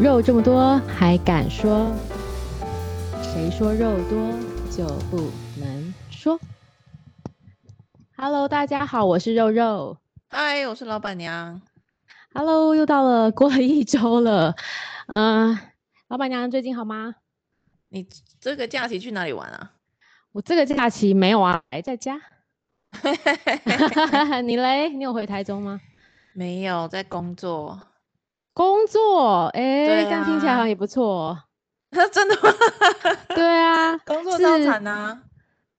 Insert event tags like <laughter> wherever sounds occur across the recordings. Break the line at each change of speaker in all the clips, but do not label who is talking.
肉这么多还敢说？谁说肉多就不能说？Hello，大家好，我是肉肉。
嗨，我是老板娘。
Hello，又到了过了一周了，嗯、老板娘最近好吗？
你这个假期去哪里玩
<laughs>
啊？
我这个假期没有啊，还在家。 <laughs> 你嘞？你有回台中吗？
没有，在工作。 <laughs>
工作，哎、
对
这样听起来好
啊
像也不错。
真的吗？
<laughs> 对啊，
工作
是
超惨啊！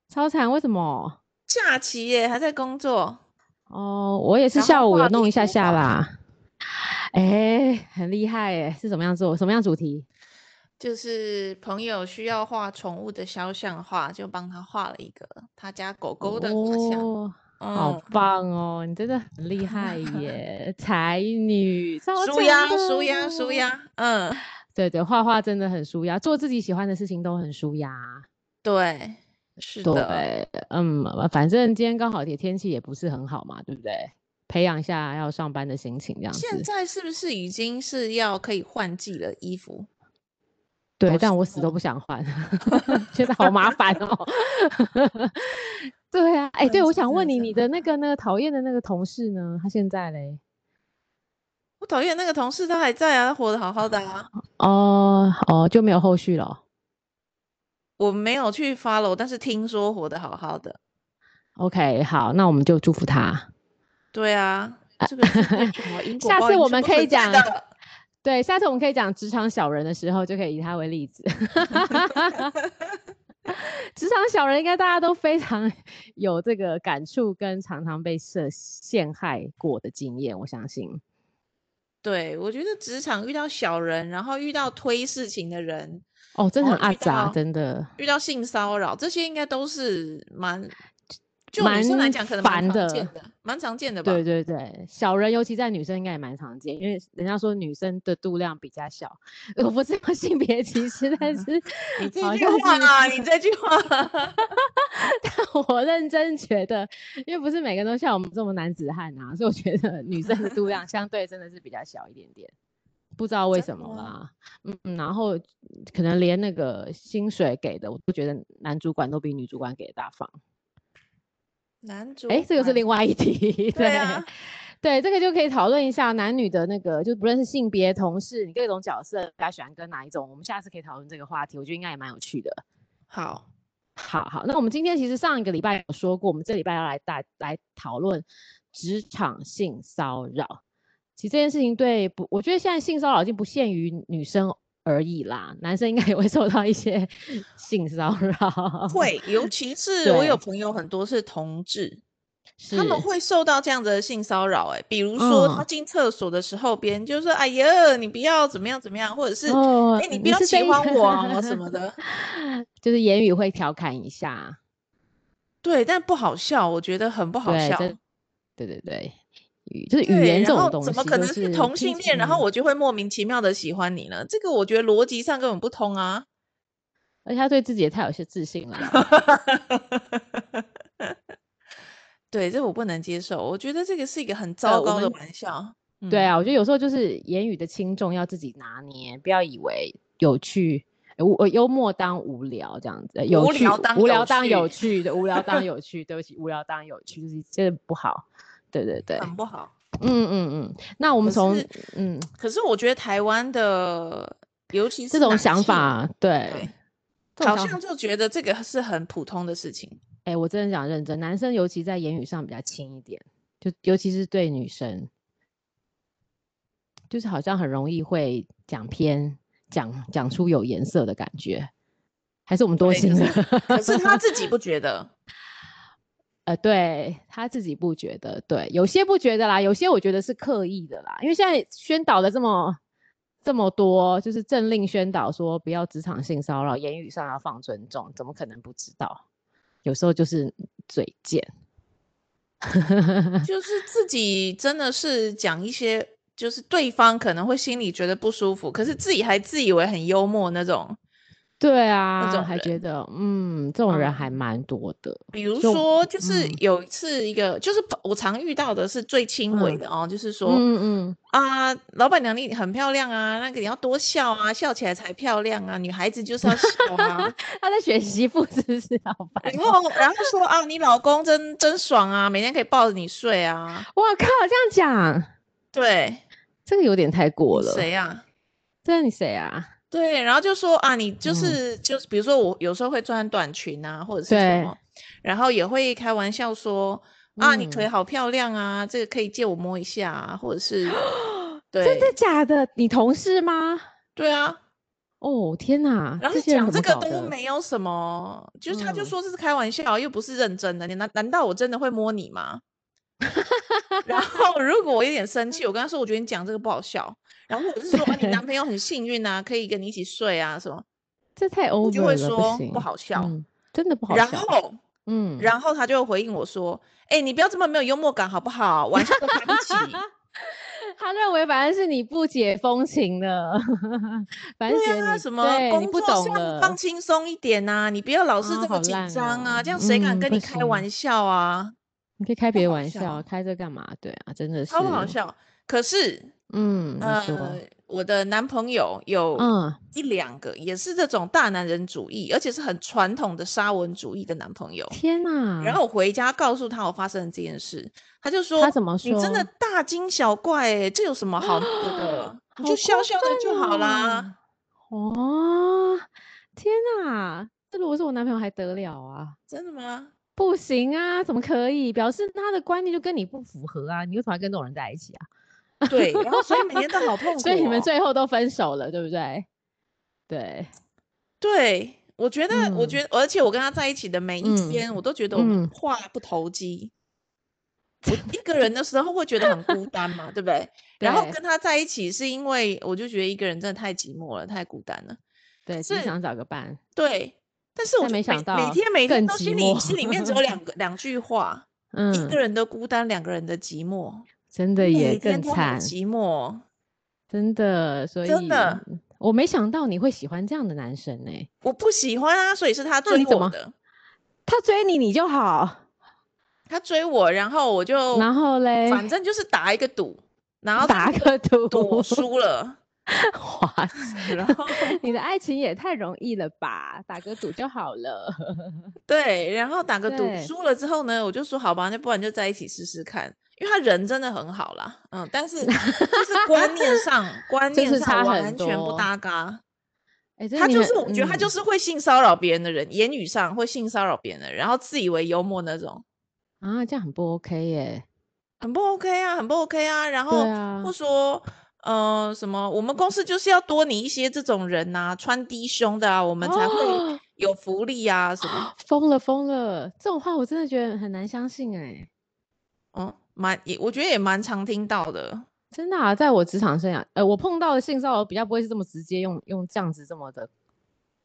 超惨，为什么？
假期耶，还在工作。
哦，我也是
然后
下午
话
有弄
题
一下
孵
下
化
啦。 <laughs> 哎、很厉害哎，是什么样做？什么样主题？
就是朋友需要画宠物的肖像画，就帮他画了一个他家狗狗的画像。
哦，好
嗯，
棒哦，你真的很厉害
<laughs>
耶，才女，超
舒
强
压，
的
舒压，舒。压。嗯，
对对，画画真的很舒压，做自己喜欢的事情都很舒压。
对，是的，
对，嗯，反正今天刚好也天气也不是很好嘛，对不对？培养一下要上班的心情，这样子。
现在是不是已经是要可以换季了衣服？
对，
都
但
是
我死
那
都不想换， <laughs> 觉得好麻烦哦。 <laughs> 对啊， <laughs> 哎、
对
对，我
是
想
真
问
的
你，
是
你的那个那个讨厌的那个同事呢？他现在嘞？
我讨厌那个同事，他还在啊，他活得好好的啊。
哦哦，就没有后续了哦。
我没有去 follow，但是听说活得好好的。
OK，好，那我们就祝福他。
对啊，这个世界什
<laughs>
么因果
下
报
次
应
我
是
们
不
可以
存
讲
在的
对，下次我们可以讲职场小人的时候，就可以以他为例子。 <laughs> 职场小人应该大家都非常 <laughs> 有这个感触，跟常常被设陷害过的经验，我相信。
对，我觉得职场遇到小人，然后遇到推事情的人，
哦，真的很
然后
阿
遇
杂，
到
真的。
遇到性骚扰，这些应该都是蛮就女
蛮
生来讲，可能蛮
烦
常
的
见的，蛮常见的吧。
对对对，小人尤其在女生应该也蛮常见，因为人家说女生的度量比较小。我不是要性别歧视，
<laughs>
但是
你这
好
句
像
话
是 <laughs>
啊，你这句话， <laughs>
但我认真觉得，因为不是每个人都像我们这么男子汉啊，所以我觉得女生的度量相对真的是比较小一点点。不知道为
真
什
的
么
吗
啦，嗯，然后可能连那个薪水给的，我都觉得男主管都比女主管给的大方。
男主
哎，这个是
管
另外一
<laughs>
题，
对啊，
对，这个就可以讨论一下男女的那个，就不论是性别、同事，你各种角色，大家喜欢跟哪一种？我们下次可以讨论这个话题，我觉得应该也蛮有趣的。
好，
好好，那我们今天其实上一个礼拜有说过，我们这礼拜要来大来讨论职场性骚扰。其实这件事情对不，我觉得现在性骚扰已经不限于女生而已啦，男生应该也会受到一些性骚扰。
会，尤其是我有
<laughs> 对
朋友很多是同志，
是，
他们会受到这样子的性骚扰，哎，比如说他
嗯
进厕所的时候，别人就说：“哎呀，你不要怎么样怎么样”，或者是
哦，
哎、你不
你
要
是
喜
这一
欢
<laughs>
我啊什么的。
就是言语会调侃一下，”
对，但不好笑，我觉得很不好
对，
笑。
这，对对对，语就是语
对，
言这
然
种
后
东西，
怎
就
么可能
是
同
听
性
起
恋，然后
嗯
我就会莫名其妙的喜欢你呢？这个我觉得逻辑上根本不通啊。 <laughs>
而且他对自己也太有些自信了吧？
对，这我不能接受，我觉得这个是一个很
对
糟
我
糕的
们
玩笑。
对
嗯，
啊，我觉得有时候就是言语的轻重要自己拿捏，不要以为有趣。呃无呃幽默当无聊这样子，呃有
无
趣
聊当
无
有
聊当有
趣
趣对，无聊当
<laughs>
有趣，对不起，无聊当有趣，就是这不好，对对对，
很不好。
嗯嗯嗯。那我们
可
从
是
嗯
可是我觉得台湾的，尤其
这
是
种
男
想
性，
法，对
对，，
这种
好
想法
像就觉得这个是很普通的事
<laughs>
情。
哎、我真的讲认真，男生尤其在言语上比较轻一点，就尤其是对女生，就是好像很容易会讲偏，讲讲出有颜色的感觉，还是我们多
对可
心了。
可是他自己不觉得，
<laughs> 呃，对他自己不觉得，对，有些不觉得啦，有些我觉得是刻意的啦，因为现在宣导的这么这么多，就是政令宣导说不要职场性骚扰，言语上要放尊重，怎么可能不知道？有时候就是嘴贱。
就是自己真的是讲一些，就是对方可能会心里觉得不舒服，可是自己还自以为很幽默那种。
对啊，
种
还
人
觉得嗯，这种人还
嗯
蛮多的。
比如
就
说，就是
嗯
有一次一个，就是我常遇到的是最轻微
嗯
的哦，就是说，
嗯嗯
啊，老板娘你很漂亮啊，那个你要多笑啊，笑起来才漂亮啊，女孩子就是要笑啊。
嗯，他在选媳妇是不是老板？
然后然后说啊，你老公真真爽啊，每天可以抱着你睡啊。
我靠，这样讲
对，
这个有点太过了。
谁啊？
这你谁啊？
对，然后就说啊，你就
嗯
是、就是，比如说我有时候会穿短裙啊，或者是
对
什么，然后也会开玩笑说啊，你腿
嗯
好漂亮啊，这个可以借我摸一下啊，或者
<gasps>
是对
真的假的？你同事吗？
对啊，
哦天哪！
然后
些人
讲
怎
这
么
个
搞
都
的
没有什么，就是他就
嗯
说这是开玩笑，又不是认真的。你难难道我真的会摸你吗？然
<laughs>
后如果我有点生气，我跟他说，我觉得你讲这个不好笑。然后我就是说，啊你男朋友很幸运啊，可以跟你一起睡啊什么，
这太
我
over
就会
了，
说
行，
不好笑。
嗯，真的不好笑。
然后，
嗯，
然后他就回应我说，哎、你不要这么没有幽默感好不好？玩笑都开不
<laughs>
起。
他认为反正是你不解风情的，反正觉
对
得
啊，
你
什么
对你
工
不
作
懂
上放
了。
轻松一点啊，你不要老是
啊
这么
好
紧
烂
张啊，
哦
这样谁敢
嗯
跟
不
你开
行
玩笑啊？
你可以开
不
别的
好
玩
笑哦
笑，开这干嘛？对啊，真的是
超，不好笑。可是，
嗯，你说
呃，，我的男朋友有
嗯，
一两个也是这种大男人主义，而且是很传统的沙文主义的男朋友。
天哪，
然后我回家告诉他我发生了这件事，他就说：“
他怎么
你真的
说
大惊小怪、欸，这有什么好那个
<gasps>
的？你
好
就笑
过
笑的就
分
好啦。
哦！哦，天哪，这如果是我男朋友还得了啊？”
真的吗？
不行啊，怎么可以？表示他的观念就跟你不符合啊！你为什么要跟这种人在一起啊？ <laughs>
对，然后所以每天都好痛苦、哦。
所以你们最后都分手了，对不对？对，
对，我觉得，我觉
嗯
得，而且我跟他在一起的每一
嗯
天，我都觉得我们
嗯
话不投机。我一个人的时候会觉得很孤单嘛，对不
<laughs>
对？然后
对
跟他在一起，是因为我就觉得一个人真的太寂寞了，太孤单了。
对，只
是
是想找个伴，
对，但是我
但
就
没想
每
到
每天每天
更
都
寂
心里
寞
心里面只有两
<laughs>
个两句话：一
嗯
个，人的孤单，两个人的寂寞。
真的也
每天
更
都好
惨，
寂寞，
真的，所以
真的
我没想到你会喜欢这样的男生呢、
我不喜欢啊，所以是他
那
追
你怎
我
么
的，
他追你，你就好，
他追我，然后我就
然后嘞，
反正就是打一个赌，然后
打个赌，
赌我输了，
<laughs>
<laughs>
哇塞，
然后
你的爱情也太容易了吧？打个赌就好了。
对，然后打个赌
对
输了之后呢，我就说好吧，那不然就在一起试试看，因为他人真的很好啦，嗯，但是就是观念
<laughs>
上观
就
念
是差
上完
很
全不
多
搭嘎。
哎、这
他
你
就是，
很
我觉得他就
嗯
是会性骚扰别人的人，言语上会性骚扰别人的人，然后自以为幽默那种，
啊，这样很不 OK 耶。
很不 OK 啊，很不 OK 啊。然后
对啊
或，说，呃，什么，我们公司就是要多你一些这种人呐、穿低胸的啊，我们才会
哦
有福利啊，什么，
疯了疯了，这种话我真的觉得很难相信哎、哦
嗯，蛮也我觉得也蛮常听到的。
真的啊，在我职场生涯，呃，我碰到的性骚扰比较不会是这么直接用用这样子这么的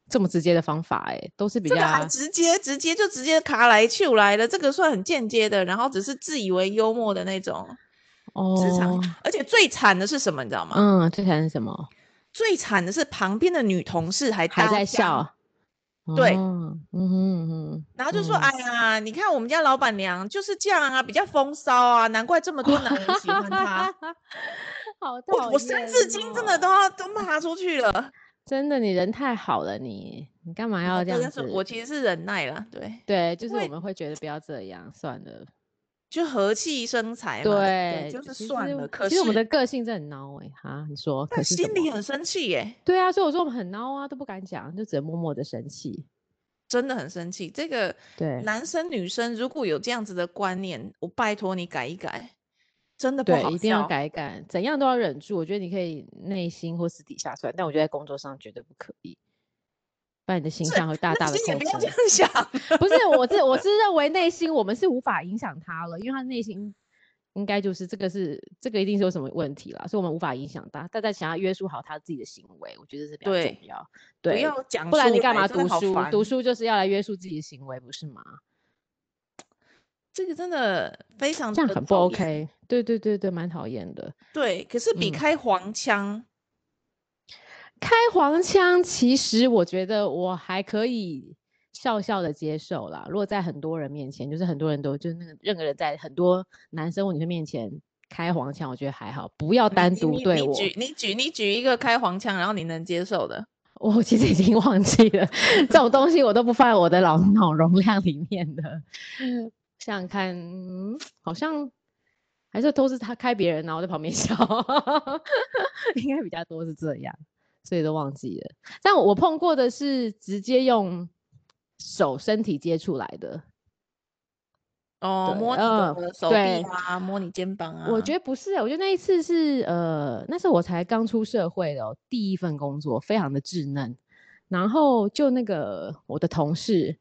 这么直接的方法、欸，都是比
这
较
个还直接直接就直接卡来就来了，这个算很间接的，然后只是自以为幽默的那种职场
哦，，
而且最惨的是什么，你知道吗？
嗯，这才是什么？
最惨的是旁边的女同事还
还
搭
在
腔
笑，啊
对
哦嗯哼嗯
<laughs>
哼，
然后就说：“
嗯，
哎呀，你看我们家老板娘就是这样啊，比较风骚啊，难怪这么多男人喜欢她。
好讨
我
厌、哦！
我三字经真的都要都骂出去
<laughs>
了。
真的，你人太好了你，你干嘛要这
哦对
样
但是
子？
我其实是忍耐了，对，
对，就是
因
我
为
们会觉得不要这样，算了。
就和气生财嘛，对
对，
哎不对，就是
其
算
实
了。可
其实
是
我们的个性真的很孬哎、哈，你说，可
但
是什
心
么？
里很生气耶，
对啊，所以我说我们很孬啊，都不敢讲，就只能默默的生气。
真的很生气。这个
对
男生女生如果有这样子的观念，我拜托你改一改，真的不
对，
好
一定要
笑。
改一改，怎样都要忍住。我觉得你可以内心或私底下算，但我觉得在工作上绝对不可以，不然你的形象会大
内
大的
心也
受
不要
伤
这。样想。
不是，我是我是认为内心我们是无法影响他了，因为他内心应该就是这个是这个一定是有什么问题啦，所以我们无法影响他，但在想要约束好他自己的行为，我觉得这是比较重
对
要。
不
对，
要讲出来，
不然你干嘛
真的
读
好
书？
烦
读书就是要来约束自己的行为，不是吗？
这个真的非常
这样
的
很不
讨厌
OK。对对对对，蛮讨厌的。
对，可是比
嗯
开黄腔，
开黄腔，其实我觉得我还可以笑笑的接受啦。如果在很多人面前，就是很多人都就是那个任何人在很多男生或女生面前开黄腔，我觉得还好，不要单
你
独
你
对
你
我。
举你举你举一个开黄腔，然后你能接受的，
我其实已经忘记了这种东西，我都不放在我的脑脑容量里面的。想想看，嗯好像还是都是他开别人，然后我在旁边笑， <laughs> 应该比较多是这样，所以都忘记了。但我碰过的是直接用手身体接触来的，
哦，
对
摸你的
嗯
手臂
对
啊，摸你肩膀啊。
我觉得不是欸、我觉得那一次是呃，那时候我才刚出社会的、哦，第一份工作非常的稚嫩。然后就那个我的同事，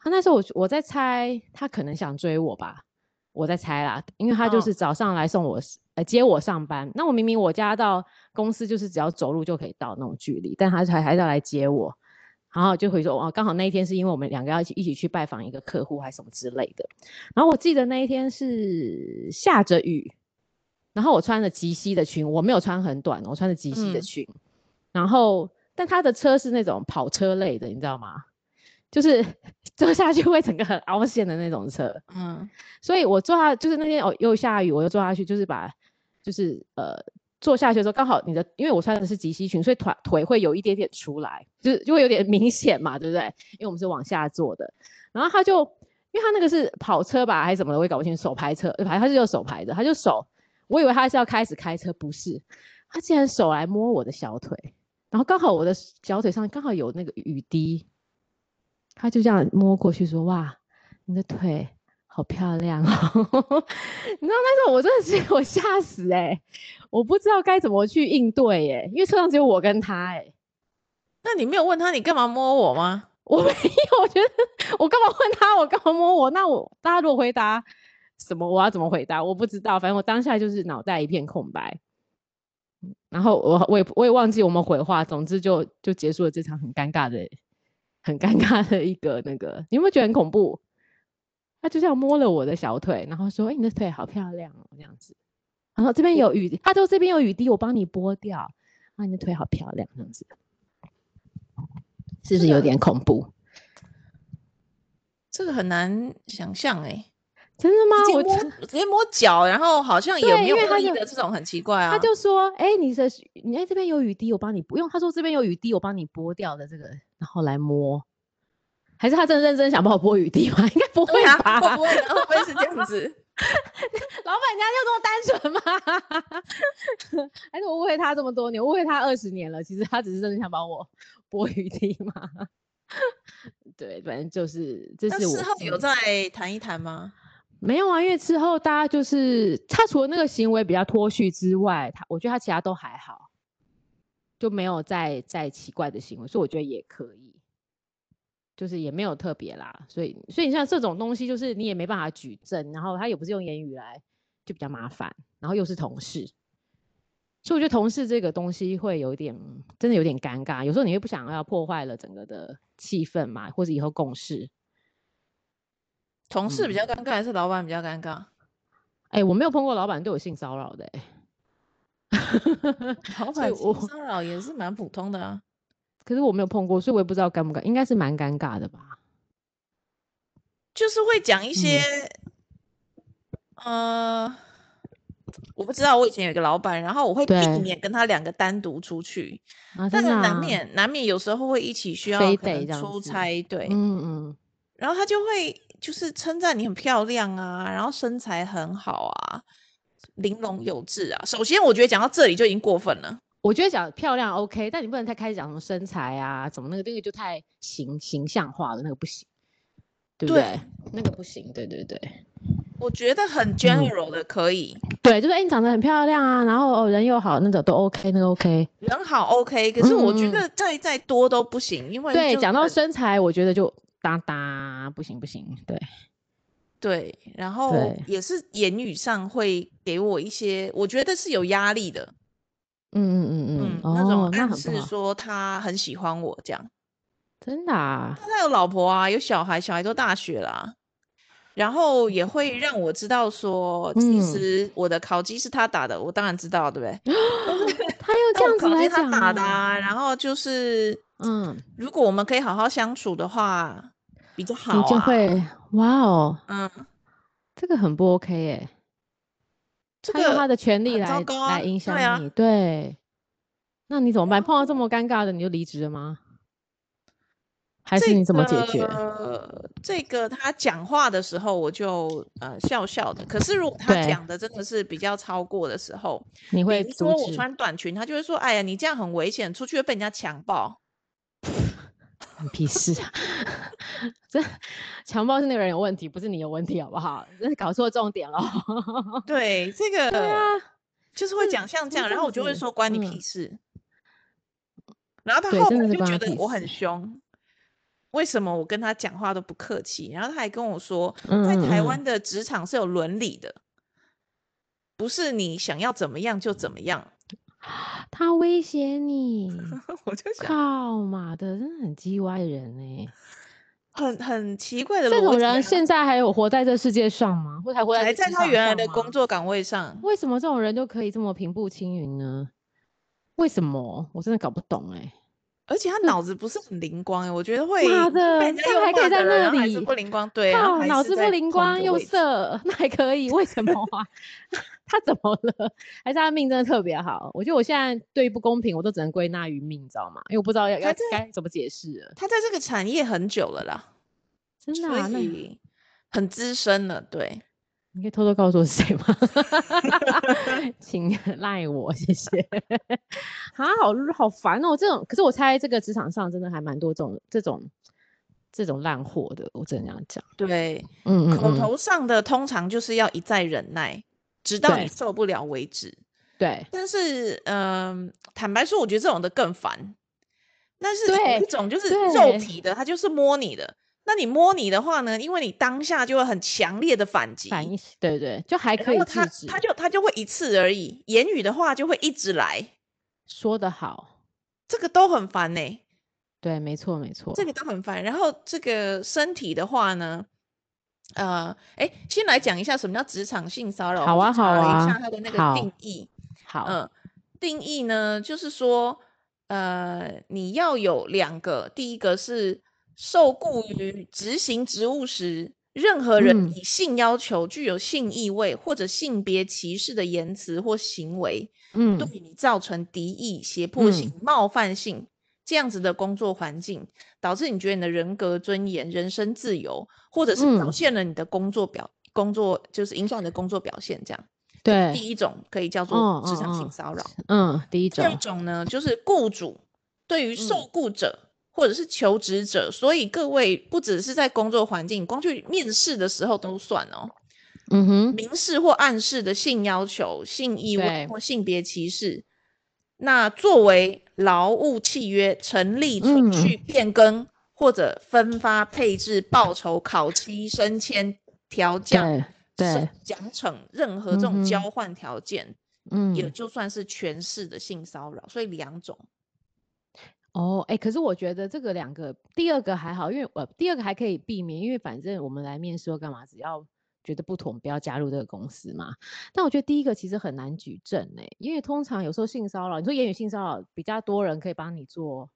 他那时候我我在猜他可能想追我吧，我在猜啦，因为他就
嗯
是早上来送我是，呃，接我上班。那我明明我家到公司就是只要走路就可以到那种距离，但他还还是要来接我。然后就会说哦，刚好那一天是因为我们两个要一起一起去拜访一个客户还是什么之类的。然后我记得那一天是下着雨，然后我穿着及膝的裙，我没有穿很短，我穿着及膝的
嗯
裙。然后，但他的车是那种跑车类的，你知道吗？就是 <laughs> 坐下去会整个很凹陷的那种车。
嗯，
所以我坐下就是那天哦又下雨，我又坐下去，就是把就是呃坐下去的时候，刚好你的因为我穿的是及膝裙，所以腿腿会有一点点出来，就是就会有点明显嘛，对不对？因为我们是往下坐的，然后他就因为他那个是跑车吧还是什么的，我也搞不清楚，手排车，呃反正他是有手排的，他就手，我以为他是要开始开车，不是，他竟然手来摸我的小腿，然后刚好我的小腿上刚好有那个雨滴，他就这样摸过去说：“哇，你的腿好漂亮哦！” <laughs> 你知道那时候我真的是 <laughs> 我吓死哎、我不知道该怎么去应对耶、因为车上只有我跟他哎、
那你没有问他你干嘛摸我吗？
我没有， <laughs> 我觉得我干嘛问他，我干嘛摸我？那我大家如果回答什么，我要怎么回答？我不知道，反正我当下就是脑袋一片空白。嗯然后我我也我也忘记我们回话，总之就就结束了这场很尴尬的、很尴尬的一个那个，你有没有觉得很恐怖？他就这样摸了我的小腿，然后说：“哎、你的腿好漂亮哦，这样子。”然后这边有雨滴，他说这边有雨滴，我帮你拨掉。啊，你的腿好漂亮，这样子，是不是有点恐怖？
这个很难想象哎、
真的
直
吗？
接
我
摸直接摸脚，然后好像也
对
没
因
有
为他
恶意
就
的这种很奇怪啊。
他就说：“哎、你的你哎这边有雨滴，我帮你不用。”他说：“这边有雨滴，我帮你拨掉的这个，然后来摸。”还是他真的认真想帮我拨雨滴吗？应该不会
对啊，
吧？
会不会会不会是这样子？
老板娘就这么单纯吗？ <laughs> 还是我误会他这么多年，误会他二十年了？其实他只是真的想帮我拨雨滴吗？ <laughs> 对，反正 <laughs> 就是这
那
是我
事后有
经
再谈一谈吗？
没有啊，因为之后大家就是他除了那个行为比较脱序之外，他我觉得他其他都还好，就没有再再奇怪的行为，所以我觉得也可以，就是也没有特别啦。所以所以你像这种东西，就是你也没办法举证，然后他也不是用言语来，就比较麻烦，然后又是同事，所以我觉得同事这个东西会有一点真的有点尴尬，有时候你会不想要破坏了整个的气氛嘛，或者以后共事。
同事比较
嗯
尴尬，还是老板比较尴尬？
哎、我没有碰过老板对我性骚扰的、欸。所以
老板
我
性骚扰也是蛮普通的啊。
可是我没有碰过，所以我也不知道尴不尴，应该是蛮尴尬的吧？
就是会讲一些，
嗯
呃，我不知道。我以前有一个老板，然后我会避
对
免跟他两个单独出去，
啊，
但
真
是
的、啊、
难免难免有时候会一起需要
非
可
得
能
这样
出
子
差，对，
嗯嗯，
然后他就会就是称赞你很漂亮啊，然后身材很好啊，玲珑有致啊。首先，我觉得讲到这里就已经过分了。
我觉得讲漂亮 OK，但你不能再开始讲什么身材啊，怎么那个那个就太形形象化了，那个不行，对不
对
对？那个不行，对对对
我觉得
嗯
很 general 的可以，
对，就是哎、你长得很漂亮啊，然后、哦、人又好，那个都 OK，那个 OK。
人好 OK，可是我觉
嗯嗯
得再再多都不行，因为
对，
就
讲到
很
身材，我觉得就哒哒，不行不行，对，
对，然后
对
也是言语上会给我一些，我觉得是有压力的，
嗯嗯
嗯
嗯嗯，，
那种
哦，那
暗
很不
示
好，
说他很喜欢我这样。
真的啊，
那他有老婆啊，有小孩，小孩都大学啦，然后也会让我知道说，其
嗯
实我的烤鸡是他打的，我当然知道，对不对？
他又这这样
哎
子
我考
来
验他
讲
打的、啊，
哦
然后就是，
嗯，
如果我们可以好好相处的话，比较好、啊。
你就会哇哦，
嗯，
这个很不 OK 耶、
这
他用他
个
的权利
很糟
来、
糕啊
来影响
对啊哦
你，对。那你怎么办？碰到这么尴尬的，你就离职了吗？还
这
是你怎么解决？
个这个他讲话的时候，我就呃笑笑的。可是如果他
对
讲的真的是比较超过的时候，
你会
比如
阻
说我
止？
穿短裙，他就会说：“哎呀，你这样很危险，出去会被人家强暴。
你屁事啊！ <laughs> 这强暴是那个人有问题，不是你有问题，好不好？ <laughs> 真是搞错重点了。”
对，这个
哦对啊，
就是会
是
讲像
怎么
这样，
这
然后
样
我就会
子
说关你
嗯
屁事。然后他
对
后
真
来
的是
就
关
觉
他
得
屁
我很
事
凶，为什么我跟他讲话都不客气？然后他还跟我说，
嗯
在
嗯
台
嗯
湾的职场是有伦理的，不是你想要怎么样就怎么样。 <laughs>
嗯他威胁你，
我就想，
靠妈的，真的很叽歪的人哎、
很很奇怪的
这
逻
种
辑
人
啊
现在还有活在这世界上吗？或还活在
还
这
在
职
他
场
原来
上
的
吗
工作岗位上，
为什么这种人就可以这么平步青云呢？为什么？我真的搞不懂哎、
而且他脑子不是很灵光哎、我觉得会
妈的
被人家
这样
又
还可
骂
以在
的人
那
然后还是
里
不灵光，对，然后
靠，
还
脑
是
子不
在
灵
同一
光
个
又
位置
色， <laughs> 那还可以？为什么啊？ <laughs> 他怎么了？还是他命真的特别好？我觉得我现在对于不公平，我都只能归纳于命，你知道吗？因为我不知道要
他
要
这
该怎么解释了。
他在这个产业很久了啦，
真的、
所
啊，那你
以很资深了。对，
可以偷偷告诉我是谁吗？ <laughs> 请赖我，谢谢。 <laughs> 啊，好好烦哦！这种，可是我猜这个职场上真的还蛮多这种这种这种烂货的，我只能这样讲。
对，
嗯嗯
口
嗯，
头上的通常就是要一再忍耐，直到你
对
受不了为止。
对，
但是，嗯、坦白说，我觉得这种的更烦。但是有一
对
种就是肉
对
体的，他就是摸你的。那你摸你的话呢？因为你当下就会很强烈的反击，
反应是对对，就还可
然
以
后
制
他
止，
他就他就会一次而已，言语的话就会一直来，
说得好，
这个都很烦呢、
对，没错没错，
这个都很烦。然后这个身体的话呢，呃，哎，先来讲一下什么叫职场性骚扰。
好
我
啊
去查
好
了一
啊
下它的那个
好
定义，
好，
嗯、定义呢就是说，呃，你要有两个，第一个是受雇于执行职务时。任何人
嗯
以性要求、具有性意味或者性别歧视的言辞或行为，
嗯
对你造成敌意、胁迫性、冒犯性这样子的工作环境，导致你觉得你的人格尊严、人身自由，或者是表
嗯
现了你的工作表、工作就是影响你的工作表现，这样。
对
第，一种可以叫做
嗯
职场
嗯
性
嗯
骚扰，
嗯，第一
第二
种，
种呢就是雇主对于受
嗯
雇者。或者是求职者，所以各位不只是在工作环境，光去面试的时候都算哦。
嗯哼，
明示或暗示的性要求、性意味
对
或性别歧视，那作为劳务契约成立、存
嗯
续、变更或者分发、配置、报酬、考期、升迁、调降、
对
升
对，
奖惩，任何这种
嗯哼
交换条件，也
嗯，
就算是权势的性骚扰。所以两种，
哦，哎、可是我觉得这个两个，第二个还好，因为呃，第二个还可以避免，因为反正我们来面试或干嘛，只要觉得不妥，我们不要加入这个公司嘛。但我觉得第一个其实很难举证哎、因为通常有时候性骚扰，你说言语性骚扰比较多人可以帮你做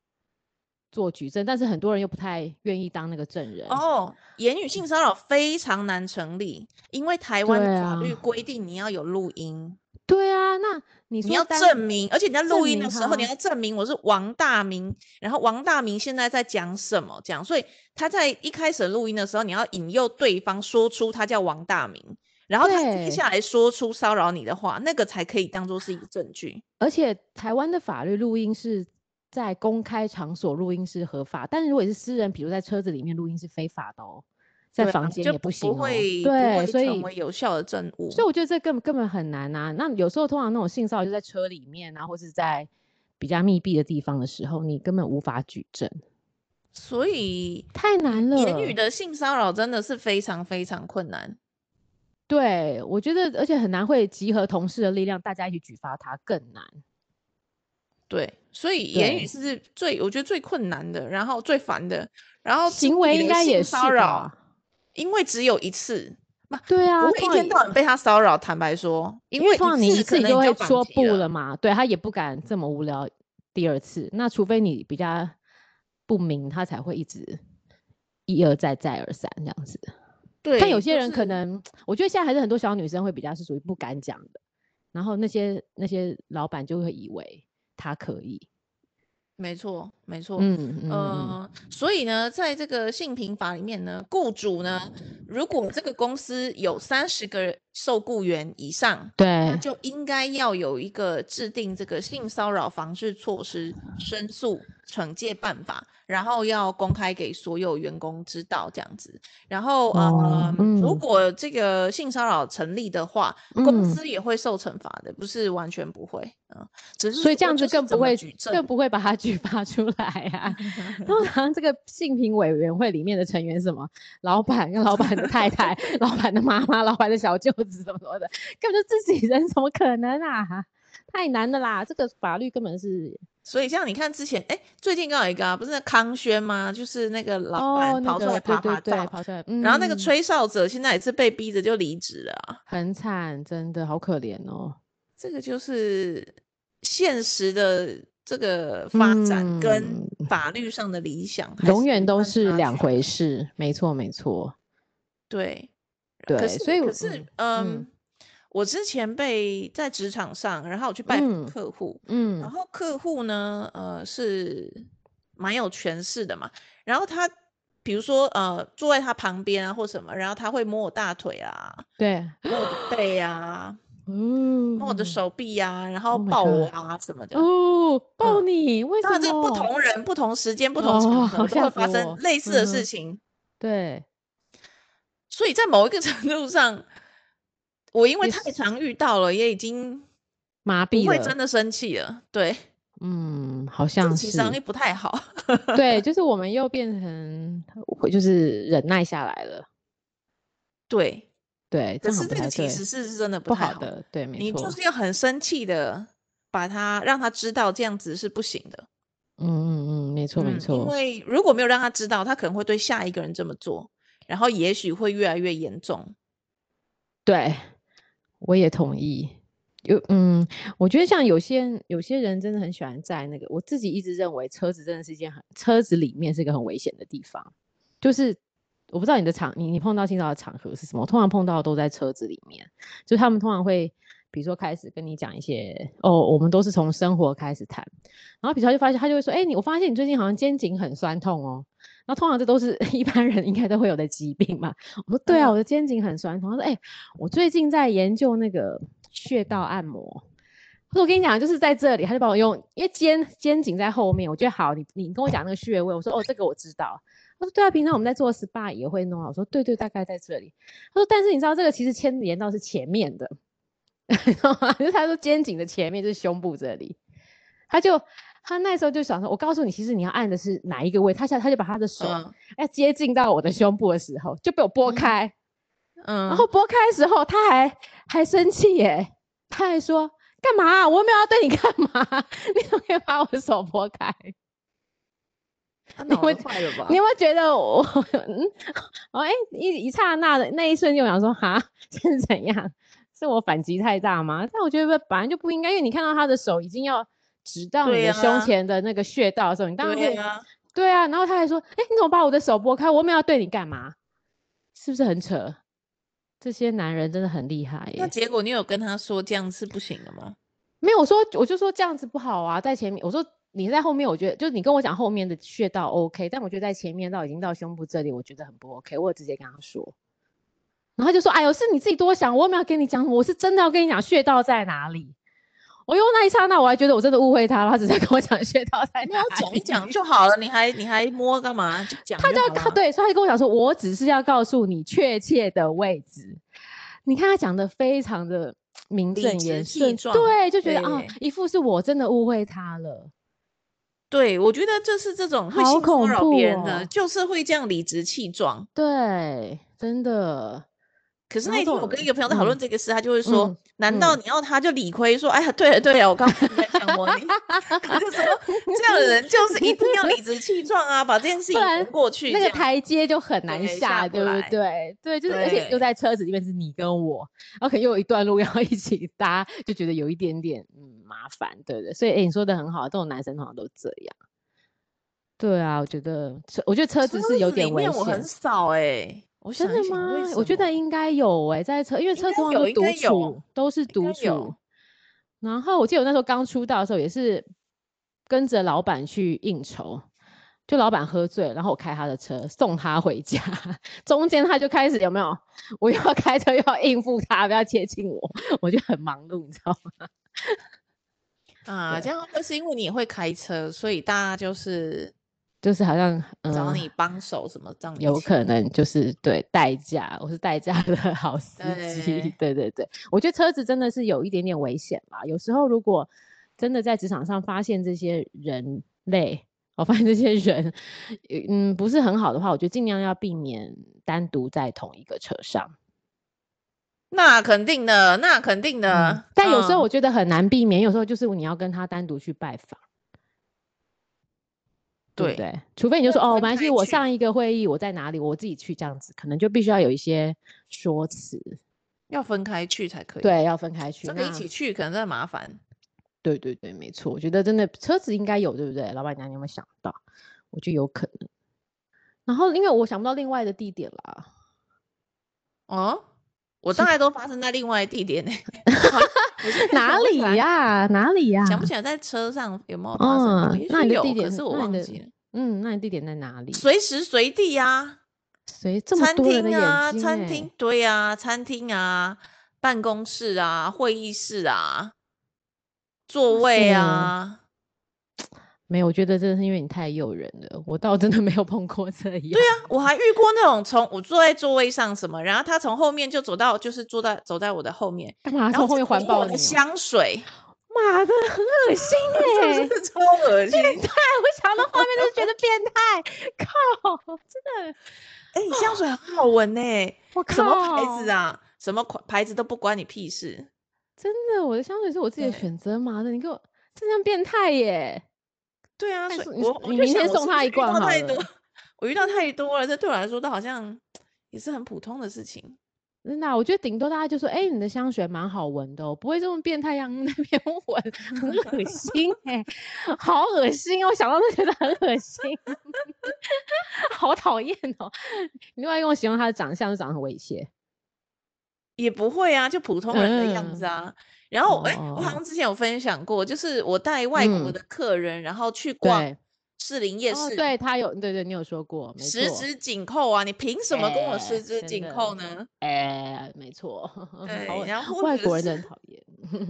做举证，但是很多人又不太愿意当那个证人。
哦，言
嗯
语性骚扰非常难成立，因为台湾
对
的法律
啊
规定你要有录音。
对啊，那你
你
说
要
单
证明，而且你在
证
录音的
明
时候，你
他
要证明我是王大明，然后王大明现在在讲什么讲，所以他在一开始录音的时候，你要引诱对方说出他叫王大明，然后他接
对
下来说出骚扰你的话，那个才可以当做是一个证据。
而且台湾的法律录音是在公开场所录音是合法，但是如果你是私人，比如在车子里面录音是非法的哦，在
对啊
房间
就
也不
不
行
不
哦。
会不
对，
会
所
成
以
为有效的证物。
所以我觉得这根本根本很难啊。那有时候通常那种性骚扰就在车里面啊，或是在比较密闭的地方的时候，你根本无法举证，
所以
太难了。
言语的性骚扰真的是非常非常困难。
对，我觉得而且很难会集合同事的力量，大家一起举发他更
<laughs>
难。
对，所以言语
对
是最我觉得最困难的，然后最烦的，然后肢
行为
体
应
的
该
性
也是
骚扰，
吧？
因为只有一次，
对啊，
不会一
通常
天
也
到晚被他骚扰。坦白说，因
因
为
通常你
一
一
可
次你
能
就会
绑
说
皮
不
了
了嘛，对他也不敢这么无聊第二次。那除非你比较不明，他才会一直一而再再而三这样子。
对，
但有些
就
人可
是
能，我觉得现在还是很多小女生会比较是属于不敢讲的，然后那些那些老板就会以为他可以，
没错，没错，
嗯嗯嗯，
哦呃，所以呢，在这个性平法里面呢，雇主呢，如果这个公司有三十个受雇员以上，那
对
就应该要有一个制定这个性骚扰防治措施
嗯
申诉惩戒办法，然后要公开给所有员工知道这样子。然后呃
哦，
如
嗯
果这个性骚扰成立的话，公
嗯，
司也会受惩罚的，不是完全不会，嗯、只是
所以这
说
样
就
子
是
更
怎
不
么
会
举证
更。不会把他 <laughs> 举发出来啊。通常这个性平委员会里面的成员，什么老板跟老板的太太、
<laughs>
老板的妈妈、老板的小舅子什么什么的，根本就自己人，怎么可能啊？太难的啦，这个法律根本是
所以像你看之前，哎，最近刚好有一个啊，不是那康轩吗？就是那个老
哦，
板
那
跑出
个
来
对
爬
对
爬照，
对，跑出来，嗯，
然后那个吹哨者现在也是被逼着就离职了啊。
很惨，真的好可怜哦。
这个就是现实的这个发展跟
嗯
法律上的理想，还
永
是
远
没
都
办
是
法
两
取
回事，没错没错，
对，可
对
是
所以
可
我
是
嗯嗯
嗯，我之前被在职场上，然后我去拜访
嗯
客户，然
嗯
后客户呢，呃，是蛮有权势的嘛。然后他比如说呃，坐在他旁边啊或什么，然后他会摸我大腿啊，
对，
摸我的背啊，摸我的
嗯
手臂啊，然后
Oh my
抱我
God
啊什么的。
哦，抱
嗯
你，为
当
什
然，这不
么？
同人、不同时间、不同场
哦，
合
好
都
吓
会
死
发生
我，
类似的
嗯
事
哼，
情，
对，
所以在某一个 <laughs> 程度上，我因为
也
太
是
常遇到了，也已经
麻
不
痹
会真
了，
的生气了。对，
嗯，好
这个
像
情商力 <laughs>
是，
不太好。
对，就是我们又变成会就是忍耐下来了， <laughs>
对，
对，这
可
样好像
是
不
这个
太
其
对，
实是真的不
不
太
好
好，
的，对，没
你就
错，
是要很生气的把他让他知道这样子是不行的。
嗯嗯嗯，没错没
嗯，因
错，
为如果没有让他知道，他可能会对下一个人这么做，然后也许会越来越严重。
对，我也同意。有嗯，我觉得像有些有些人真的很喜欢在那个，我自己一直认为车子真的是一件很车子里面是一个很危险的地方，就是我不知道你的场你你碰到性骚扰的场合是什么，我通常碰到的都在车子里面，就他们通常会比如说开始跟你讲一些哦，我们都是从生活开始谈，然后比如他就发现他就会说，哎、你我发现你最近好像肩颈很酸痛哦，然后通常这都是 <laughs> 一般人应该都会有的疾病嘛，我说对啊，
嗯，
我的肩颈很酸痛，他说哎。我最近在研究那个穴道按摩。他说我跟你讲，就是在这里，他就帮我用，因为肩肩颈在后面，我觉得好，你你跟我讲那个穴位，我说哦，这个我知道。他说对啊，平常我们在做 SPA 也会弄啊。我说对对，大概在这里。他说但是你知道这个其实牵连到是前面的， <laughs> 你知道吗？ <laughs> 就是他说肩颈的前面就是胸部这里，他就他那时候就想说，我告诉你，其实你要按的是哪一个位，他想他就把他的手
嗯
要接近到我的胸部的时候就被我拨
嗯
开，然后
嗯，
拨开的时候，他还还生气耶，他还说干嘛啊、我又没有要对你干嘛，啊 <laughs> 你怎么可以把我的手拨开？
他
你
脑
会
子坏了
你有
吧？
没有觉得我嗯，哦哎、一一刹那的那一瞬间，我想说哈，这是怎样？是我反击太大吗？但我觉得本来就不应该，因为你看到他的手已经要指到你
对
的胸
呀，
前的那个穴道的时候，你当然
对
会
呀，
对啊。然后他还说，哎、你怎么把我的手拨开？我又没有要对你干嘛？是不是很扯？这些男人真的很厉害
那
耶。
结果你有跟他说这样是不行的吗？
没有，我说我就说这样子不好啊，在前面，我说你在后面，我觉得就是你跟我讲后面的穴道 OK，但我觉得在前面到已经到胸部这里，我觉得很不 OK，我有直接跟他说，然后他就说，哎呦，是你自己多想，我又没有跟你讲，我是真的要跟你讲穴道在哪里。我用那一刹那，我还觉得我真的误会他了，他只是跟我讲 <laughs> 穴道在
没
哪
有讲一
里。
讲就好啊了，你还你还摸干嘛？就讲
他
就
就要
好啊
告
了。
对，所以他就跟我讲说，我只是要告诉你确切的位置。你看他讲的非常的名
理
正言
直气
顺，
壮，
对，就觉得啊，
对
一副是我真的误会他了，
对，我觉得就是这种会
好
性骚
恐
扰别
怖
人的，
哦！
就是会这样理直气壮。
对，真的，
可是
然后
那天
这
我
种
跟一个朋友在讨论这个事，他就会说
嗯：“
难道你要他就理亏说，哎呀，对了对了，我刚刚在想
<laughs>
我你，我就说这样的人就是一定要理直气壮啊，把这
<laughs>
件事情
然
扛过去。”
那个台阶就很难
对下
下，
不
对
来
不对？对，就是而且
对
又在车子里面是你跟我，然后可能又有一段路要 <laughs> 一起搭，就觉得有一点点嗯麻烦，对不对？所以哎、诶你说的很好，这种男生通常都这样。对啊，我觉得车，我觉得车
车
子是有
子
点
里
危
面我
险
很。少哎、我
真
想
的
一想为
吗？
什
我觉
么
得应该有哎、在车，因为
应
车
该
通常
有
都
应
独
该有
处，都是独
该有
处。然后我记得我那时候刚出道的时候，也是跟着老板去应酬，就老板喝醉，然后我开他的车送他回家， <laughs> 中间他就开始有没有，我又要开车又要应付他，不要接近我，我就很忙碌，你知道吗？
啊，
对
这样会是因为你也会开车，所以大家就是
就是好像嗯，
找你帮手什么，这样
有可能就是对代驾，我是代驾的 <laughs> 好司机。对对对，我觉得车子真的是有一点点危险啦。有时候如果真的在职场上发现这些人类，我发现这些人，嗯，不是很好的话，我觉得尽量要避免单独在同一个车上。
那肯定的，那肯定的。
嗯但有时候
嗯
我觉得很难避免，有时候就是你要跟他单独去拜访。对不
对
对？除非你就
要
说哦，没
分
关系，
开
我
去
上一个会议我在哪里，我自己去这样子，可能就必须要有一些说辞，
要分开去才可以，，
对，要分开去。
真的一
那
起去可能真的麻烦。
对对对，没错，我觉得真的车子应该有，对不对？老板娘，你有没有想到？我觉得有可能。然后，因为我想不到另外的地点啦，
哦，我大概都发生在另外
<laughs>
地点呢、我现在
哪
想不
里
起来？
呀、哪里呀、
想不起来在车上有没有发生过？
嗯
也
那你
许
的
有，
地点
可
是
是我
那你
忘
的
记了。
嗯，那你地点在哪里？
随时随地啊，
谁这么
餐
多人的
厅
眼睛、
啊，
欸？
餐厅，对啊，餐厅啊，办公室啊，会议室啊，座
哇
位
塞
啊，
没有，我觉得真的是因为你太诱人了，我倒真的没有碰过这样。对
对啊，我还遇过那种从我坐在座位上什么，然后他从后面就走到，就是坐在走在我的后面，
干嘛
然
啊从
后
后面
就
环
闻
抱
我
你、
的
哦？
香水， <laughs>
妈的，很恶 <laughs> 心哎、
真的是超恶心。
变态！我想到画面都觉得变态，靠，真的，
哎、你香水很好闻呢、
<laughs> 我靠，
什么牌
哦
子？啊？什么款牌子都不关你屁事。
真的，我的香水是我自己的
对
选择，妈的，你给我这像变态耶！
对啊，
但
所以
是你
我
是
我
你
就
明
想
天
我是
送
不
他
是
一
遇
罐
到
好
太
了
多，我遇到太多了，这对我来说都好像也是很普通的事情。
真的啊、我觉得顶多大家就说，哎、你的香水蛮好闻的哦、不会这么变态样 <laughs> 那边闻，很恶
<laughs>
心哎、好恶心哦！我想到都觉得很恶心， <laughs> 好讨厌哦！另外用形容他的长相，就长得很猥亵。
也不会啊，就普通人的样子
嗯
啊。然后，哎、我好
哦
像之前有分享过，就是我带外国
嗯
的客人，然后去逛
对，
士林夜
哦，
市，
对他有，对对，你有说过，没
十
错，
指紧扣啊！你凭什么跟我十
哎
指
真
紧
的
扣呢？
哎、没错， <laughs> 好
对，
恶，
然后或
外
者
国人
是
真的很讨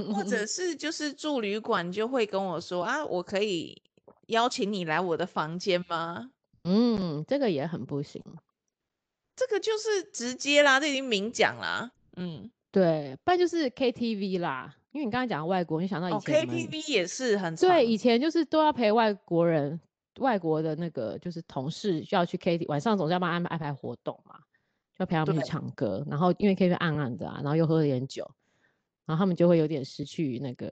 厌。
或
<laughs>
者是就是住旅馆就会跟我说啊，我可以邀请你来我的房间吗？
嗯，这个也很不行。
这个就是直接啦，这已经明讲啦。嗯，
对，不然就是 KTV 啦，因为你刚才讲到外国，你想到以
哦
前我们、
，KTV 也是很常
对以前就是都要陪外国人、外国的那个就是同事需要去 KTV，晚上总是要帮他安排安排活动嘛，就要陪他们去
对
唱歌，然后因为 KTV 暗暗的啊，然后又喝了点酒，然后他们就会有点失去那个，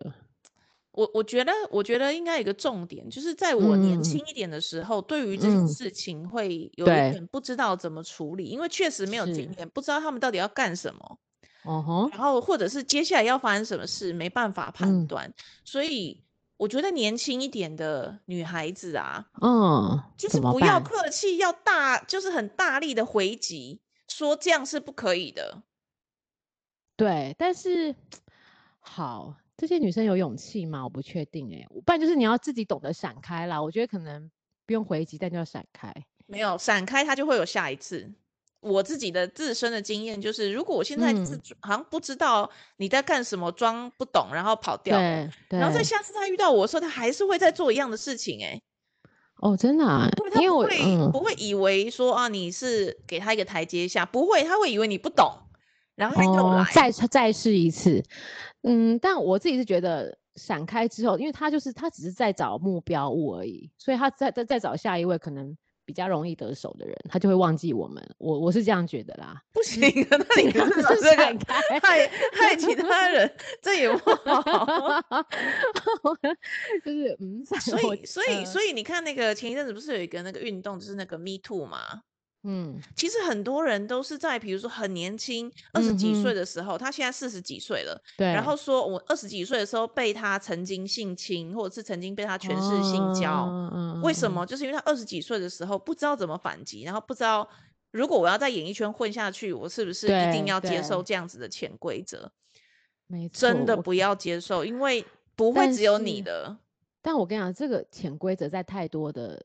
我我觉得，我觉得应该有一个重点，就是在我年
嗯
轻一点的时候，对于这件
嗯
事情会有一
对
点不知道怎么处理，因为确实没有经
是，
验，不知道他们到底要干什么，
哦吼，
然后或者是接下来要发生什么事，没办法判
嗯
断。所以我觉得年轻一点的女孩子啊，
嗯，
就
怎
是
么
不要
办？
客气，要大，就是很大力的回击，说这样是不可以的。
对，但是好，这些女生有勇气吗？我不确定哎、不然就是你要自己懂得闪开啦。我觉得可能不用回击，但就要闪开。
没有闪开，它就会有下一次。我自己的自身的经验就是，如果我现在是
嗯，
好像不知道你在干什么，装不懂，然后跑掉了，
对
然后在
对，
下次他遇到我的时候，他还是会再做一样的事情、欸，哎，
哦，真的、啊，
对他
因为
不
我
会
嗯，
不会以为说啊你是给他一个台阶下，不会，他会以为你不懂，然后他又
哦，
来，
再再试一次，嗯，但我自己是觉得闪开之后，因为他就是他只是在找目标物而已，所以他再再再找下一位，可能比较容易得手的人，他就会忘记我们。我我是这样觉得
<laughs>
啦，
不行啊，那你
尽量
不是把
是
这
闪
个
开。
<laughs> 害害其他人，这也不好。
<laughs> 就是嗯，
哦所
我
以，所以，
呃
所以你看，那个前一阵子不是有一个那个运动，就是那个 Me Too 嘛？
嗯
其实很多人都是在，比如说很年轻，二十
嗯
几岁
哼
的时候，他现在四十几岁了，
对，
然后说我二十几岁的时候被他曾经性侵，或者是曾经被他诠释性交，
嗯嗯
为什？么？就是因为他二十几岁的时候不知道怎么反击，然后不知道如果我要在演艺圈混下去，我是不是一定
对
要接
对
受这样子的潜规则？
嗯没
真的
错我
不要接受，因为不会
但
只有你
是
的。
但我跟你讲，这个潜规则在太多的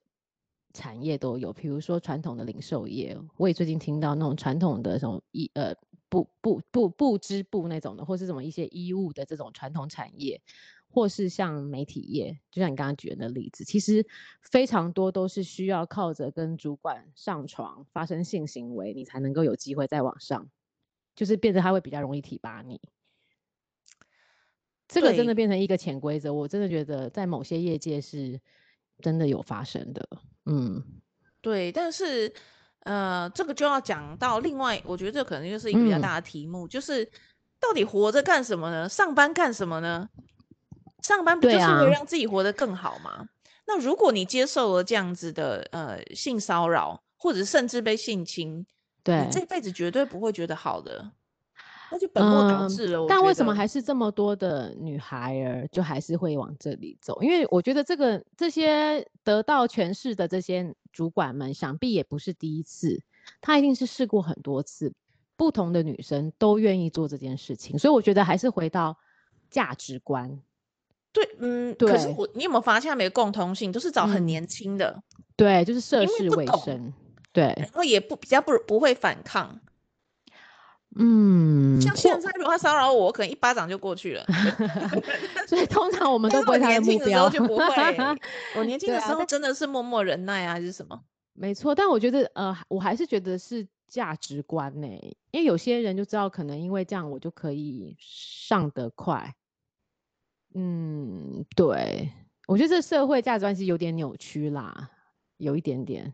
产业都有，比如说传统的零售业，我也最近听到那种传统的什么衣呃布布布布织布那种的，或是什么一些衣物的这种传统产业，或是像媒体业，就像你刚刚举的那例子，其实非常多都是需要靠着跟主管上床发生性行为，你才能够有机会再往上，就是变得他会比较容易提拔你。这个真的
对
变成一个潜规则，我真的觉得在某些业界是真的有发生的。嗯，
对，但是呃，这个就要讲到另外，我觉得这可能就是一个比较
嗯
大的题目，就是到底活着干什么呢？上班干什么呢？上班不就
对
是为了
啊
让自己活得更好吗？那如果你接受了这样子的呃性骚扰，或者甚至被性侵，
对
你。这辈子绝对不会觉得好的，那就本末倒
嗯
置了。我
但
觉
为什么
得
还是这么多的女孩儿就还是会往这里走？因为我觉得这个这些得到权势的这些主管们，想必也不是第一次，他一定是试过很多次，不同的女生都愿意做这件事情。所以我觉得还是回到价值观，
对？嗯，可是
对
我你有没有发现他们有共通性，都是找很
嗯
年轻的，
对，就是涉
因为
世
不
未
懂哎
深，对，
然后也不比较不不会反抗。
嗯，
像现在，如果他骚扰我，我可能一巴掌就
<laughs>
过去了。
所以通常我们
但
都不
是我
会他
年
目
轻的时
标，
候就不会。
<laughs>
我年轻
对
的
啊
时候
但
真的是默默忍耐啊，还是什么？
没错，但我觉得呃，我还是觉得是价值观呢、因为有些人就知道，可能因为这样我就可以上得快。嗯，对，我觉得这社会价值观是有点扭曲啦，有一点点，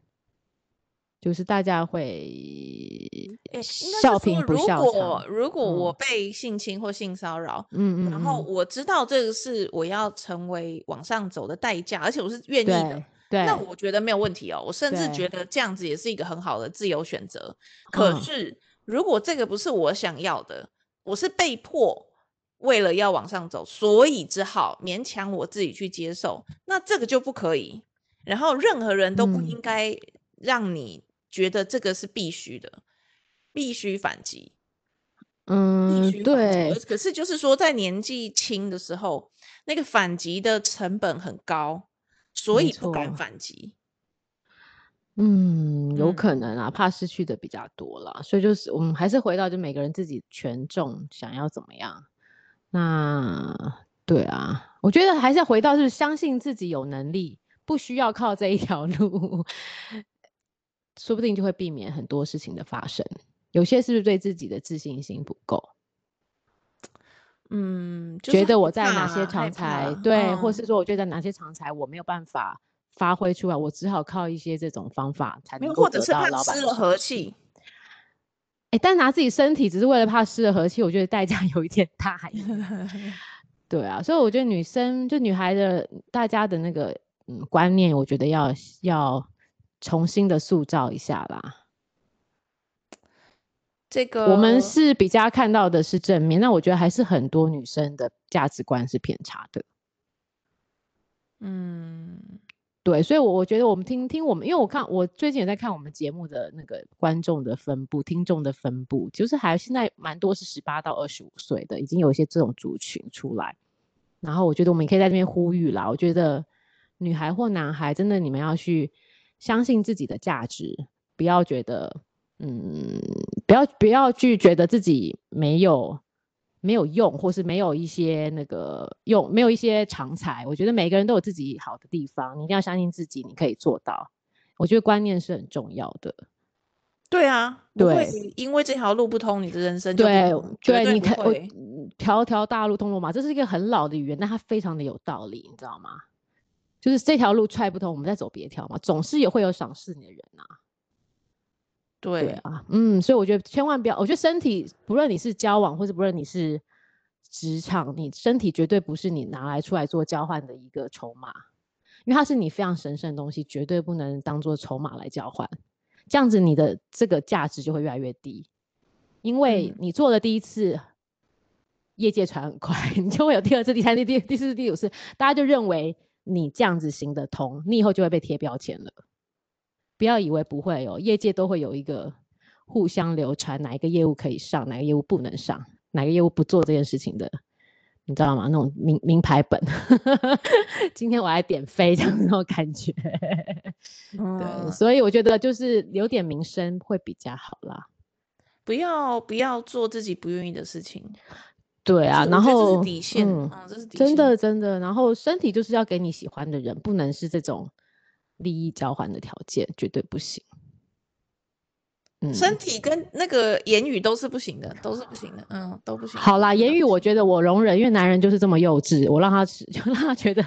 就是大家会
诶应该
笑
是说，
贫不
如
笑娼
果。如果我
嗯
被性侵或性骚扰，
嗯嗯
然后
嗯，
我知道这个是我要成为往上走的代价，而且我是愿意的
对。对，
那我觉得没有问题哦，我甚至觉
对
得这样子也是一个很好的自由选择。可
嗯
是，如果这个不是我想要的，我是被迫为了要往上走，所以只好勉强我自己去接受，那这个就不可以。然后，任何人都不
嗯
应该让你觉得这个是必须的，必须反击，必
嗯，
须反击。而
对，
可是，就是说，在年纪轻的时候，那个反击的成本很高，所
没
以不敢
错。
反击。
嗯，有
嗯，
可能啊，怕失去的比较多啦，所以就是我们还是回到就每个人自己权重想要怎么样。那对啊，我觉得还是要回到就是相信自己有能力，不需要靠这一条 <laughs> 路，说不定就会避免很多事情的发生。有些是不是对自己的自信心不够，
嗯，就是
觉
害
得我在哪些
怕，啊害
长才
怕，
对，或
嗯，
是说我觉得哪些长才我没有办法发挥出来，我只好靠一些这种方法才
没有，
能够
或者
得
是
到
怕
老板
失
的
了
赏
和
识。 <laughs>
气，
哎、但拿自己身体只是为了怕失了和气，我觉得代价有一点 <laughs> 大耶。对啊，所以我觉得女生就女孩的大家的那个嗯观念，我觉得要要重新的塑造一下啦。
这
我们
个
是比较看到的是正面，那我觉得还是很多女生的价值观是偏差的。
嗯，
对，所以我，我觉得我们听听我们，因为我看我最近也在看我们节目的那个观众的分布、听众的分布，就是还现在蛮多是十八到二十五岁的，已经有一些这种族群出来。然后我觉得我们也可以在这边呼吁啦，我觉得女孩或男孩，真的你们要去相信自己的价值，不要觉得，嗯，不要不要去觉得自己没有没有用，或是没有一些那个用，没有一些长才。我觉得每个人都有自己好的地方，你一定要相信自己，你可以做到。我觉得观念是很重要的。
对啊，不会
对
因为这条路不通，你的人生就不
对
通，绝
对，
对
你
不
看我
会。
嗯条条大路通罗马，这是一个很老的语言，但它非常的有道理，你知道吗？就是这条路踹不通，我们再走别条嘛，总是也会有赏识你的人啊。
对，
对啊，嗯，所以我觉得千万不要，我觉得身体不论你是交往，或者不论你是职场，你身体绝对不是你拿来出来做交换的一个筹码，因为它是你非常神圣的东西，绝对不能当做筹码来交换，这样子你的这个价值就会越来越低，因为
嗯
你做了第一次。业界传很快， <laughs> 你就会有第二次、第三次、第第四次、第五次，大家就认为你这样子行得通，你以后就会被贴标签了。不要以为不会哦，业界都会有一个互相流传，哪一个业务可以上，哪个业务不能上，哪个业务不做这件事情的，你知道吗？那种名名牌本， <laughs> 今天我来点飞这样子那种感觉。对，
嗯
所以我觉得就是留点名声会比较好啦。
不要不要做自己不愿意的事情
对啊，
这
然
我觉得这
后
是底线，
嗯
嗯，这是底线
真的真的，然后身体就是要给你喜欢的人，不能是这种利益交换的条件，绝对不行。嗯，
身体跟那个言语都是不行的，都是不行的，嗯，都不行。
好啦，言
嗯
语我觉得我容忍，因为男人就是这么幼稚，我让他吃，就让他觉得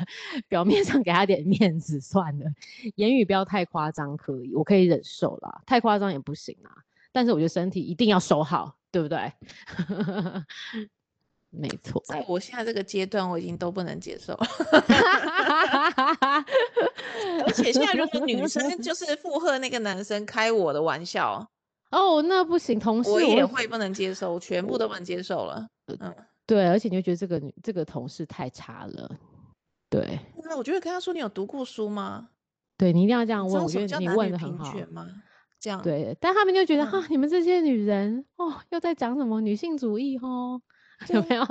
表面上给他点面子算了，言语不要太夸张可以，我可以忍受啦，太夸张也不行啊。但是我觉得身体一定要守好，对不对？没错，
在我现在这个阶段，我已经都不能接受了。而且现在如果女 <laughs> 生就是附和那个男生开我的玩笑，
<laughs> 哦，那不行，同事
哦我也
觉
会不能接受，我全部都不能接受了。
对，而且你会觉得这个女这个同事太差了，对
那啊我就会跟他说：“你有读过书吗？
对，你一定要这样
你知
问，嗯
道
我
什
觉
么
得
叫
你
男
问
女
的很
平
好。
权吗？”这样，
对，但他们就觉得哈、
嗯
你们这些女人哦，又在讲什么女性主义哦， <laughs> 有没有？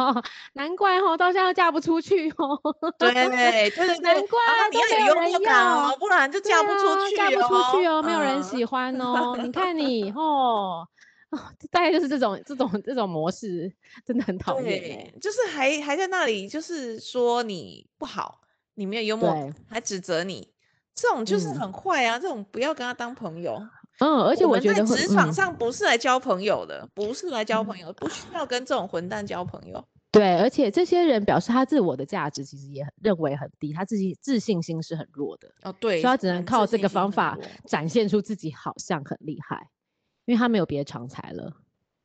难怪哦，到现在都嫁不出去哦。 <laughs>
对对对对，
难
啊
怪
你
都没
要
有
有幽
人
默感
要
哦，不然就
对
嫁不
啊
出去，
嫁不出去哦，没有人
嗯
喜欢哦。你
<laughs>
看你哦，哦，大概就是这种这种这种模式，真的很讨厌欸
对，就是还还在那里，就是说你不好，你没有幽默
对
感，还指责你，这种就是
嗯
很坏啊！这种不要跟他当朋友。
嗯，而且
我们
觉
在
得会
职场
嗯
上不是来交朋友的，不是来交朋友，不需要跟这种混蛋交朋友。
对，而且这些人表示他自我的价值其实也很认为很低，他自己自信心是很弱的。
哦，对，
所以他
这
只
种
能
人
靠
自
这
信
个
心
方
很
法
弱
展现出自己好像很厉害，因为他没有别的常才了，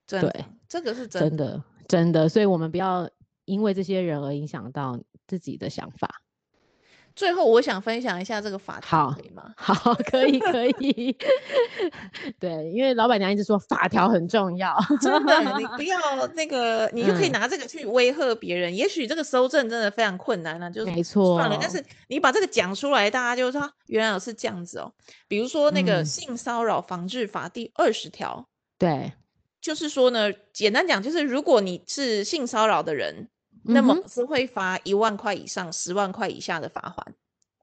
真
对
的，这个是真
真
的。
的真的，所以我们不要因为这些人而影响到自己的想法。 <laughs>
最后，我想分享一下这个法条，
好
可以吗？
好，可以可以， <laughs> 对，因为老板娘一直说法条很重要， <laughs>
真的，你不要那个，你就可以
嗯
拿这个去威吓别人。也许这个搜证真的非常困难呢、啊就是
没
算了，但
错
是你把这个讲出来，大家就说啊原来是这样子哦。比如说那个
嗯
《性骚扰防治法》第二十条，
对，
就是说呢，简单讲就是，如果你是性骚扰的人，那么
嗯
是会罚一万块以上十万块以下的罚款。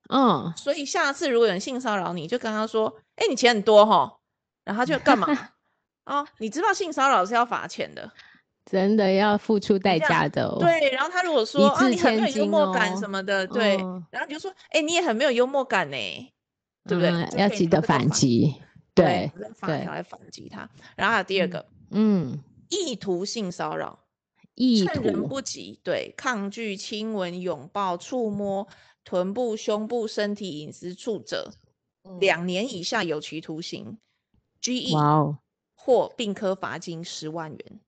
哼嗯，
所以下次如果有人性骚扰你，就跟他说：“哎、你钱很多哈。”然后他就干
<laughs>
嘛？哦，你知道性骚扰是要罚钱的，
真的要付出代
这样
价的哦，
对。然后他如果说啊，
字
你很没
千
有幽
金
默感
哦
什么的，对。
嗯
然后你就说：“哎、你也很没有幽默感呢、对不对？
嗯
就
要
可以
记
拿
得
这个
反
法
击，
对
对，，
用法
对
条来反击他。然后还有第二
嗯
个，
嗯，
意图性骚扰，
意
趁人
图，
不及，对，抗拒、亲吻、拥抱、触摸、臀部、胸部、身体隐私处者，
嗯
两年以下有期徒刑、拘役
哇哦，
或并科罚金十万元。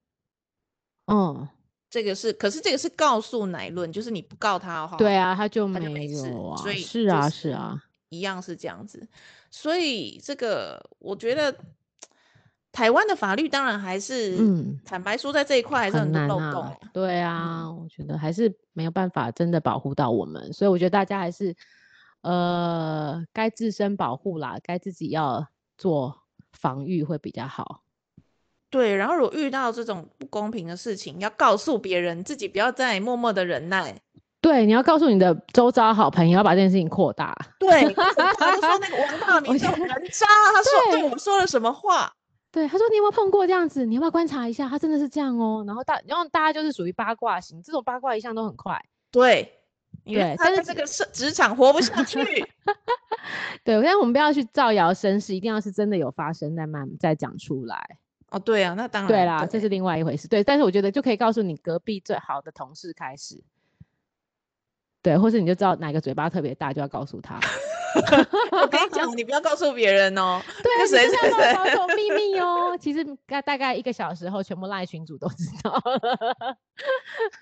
嗯。
这个是，可是这个是告诉乃论，就是你不告他的话，
对啊，他就
他就
没
没事
有啊
所，以
是
就
啊，
是
是啊，
一样是这样子。所以这个我觉得台湾的法律当然还是、
嗯，
坦白说，在这一块还是
很
很多
难
漏洞
啊
啊。，
对啊，我觉得还是没有办法真的保护到我们，所以我觉得大家还是，呃，该自身保护啦，该自己要做防御会比较好。
对，然后如果遇到这种不公平的事情，要告诉别人，自己不要再默默的
<laughs>
忍耐。
对，你要告诉你的周遭好朋友，要把这件事情扩大。
对，他就说那个王
<laughs>
大
我
明
觉
叫
得
人渣，啊他说
对
对我说了什么话？
对，他说你有没有碰过这样子？你要不要观察一下？他真的是这样哦。然后大，然后大家就是属于八卦型，这种八卦一向都很快。
对，你
对
让他
但
在
是
这个社职场活不下去。
<laughs> 对，但我们不要去造谣生事，一定要是真的有发生，再慢再讲出来。
哦，对啊，那当然。
对啦，这是另外一回事。对，但是我觉得就可以告诉你隔壁最好的同事开始，对，或是你就知道哪个嘴巴特别大，就要告
<laughs>
诉他。
我跟你讲，你不要告诉别
<laughs>
人哦。
对啊，
那
你
谁
真的
谁
要帮我
谁
保守秘密哦。其实大大概一个小时后，全部赖群主都知道了。 <laughs>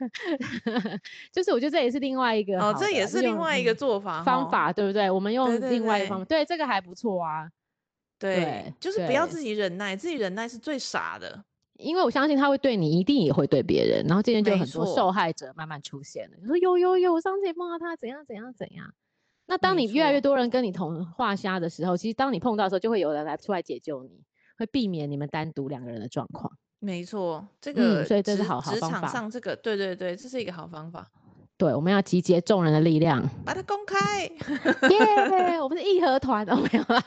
就是我觉得这也是另外一个好
哦，这
的
也是另
用
外一个
嗯
做法哦
方
吼。
法，对不对？我们用
对
另外一
对
个方法，对这个还不错啊。
对
对，
就是不要
对
自己忍耐，自己忍耐是最傻的。
因为我相信他会对你，一定也会对别人，然后渐渐就有
没
很多
错
受害者慢慢出现了。你说有有有，我上次也碰到他怎样怎样怎样。那当
没
你越来越
错
多人跟你同话虾的时候，其实当你碰到的时候，就会有人来出来解救你，会避免你们单独两个人的状况。
没错，这
嗯
个
所以这是
职
好好
职
方
场
法
上这个，对对对，这是一个好方法，
对，我们要集结众人的力
<laughs>
量，
把它公开。
耶、我们是义和团哦， <laughs> 没有啦，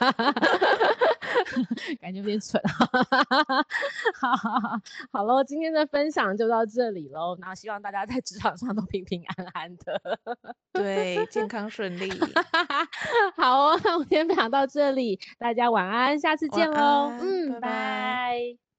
<laughs>
感觉有点蠢。好好好，好喽，今天的分享就到这里喽，然后希望大家在职场上都平平安安的。
对，健康顺利，
<laughs> 好哦，那我们今天分享到这里，大家晚安，下次
晚
见喽，
安
嗯，
拜拜
拜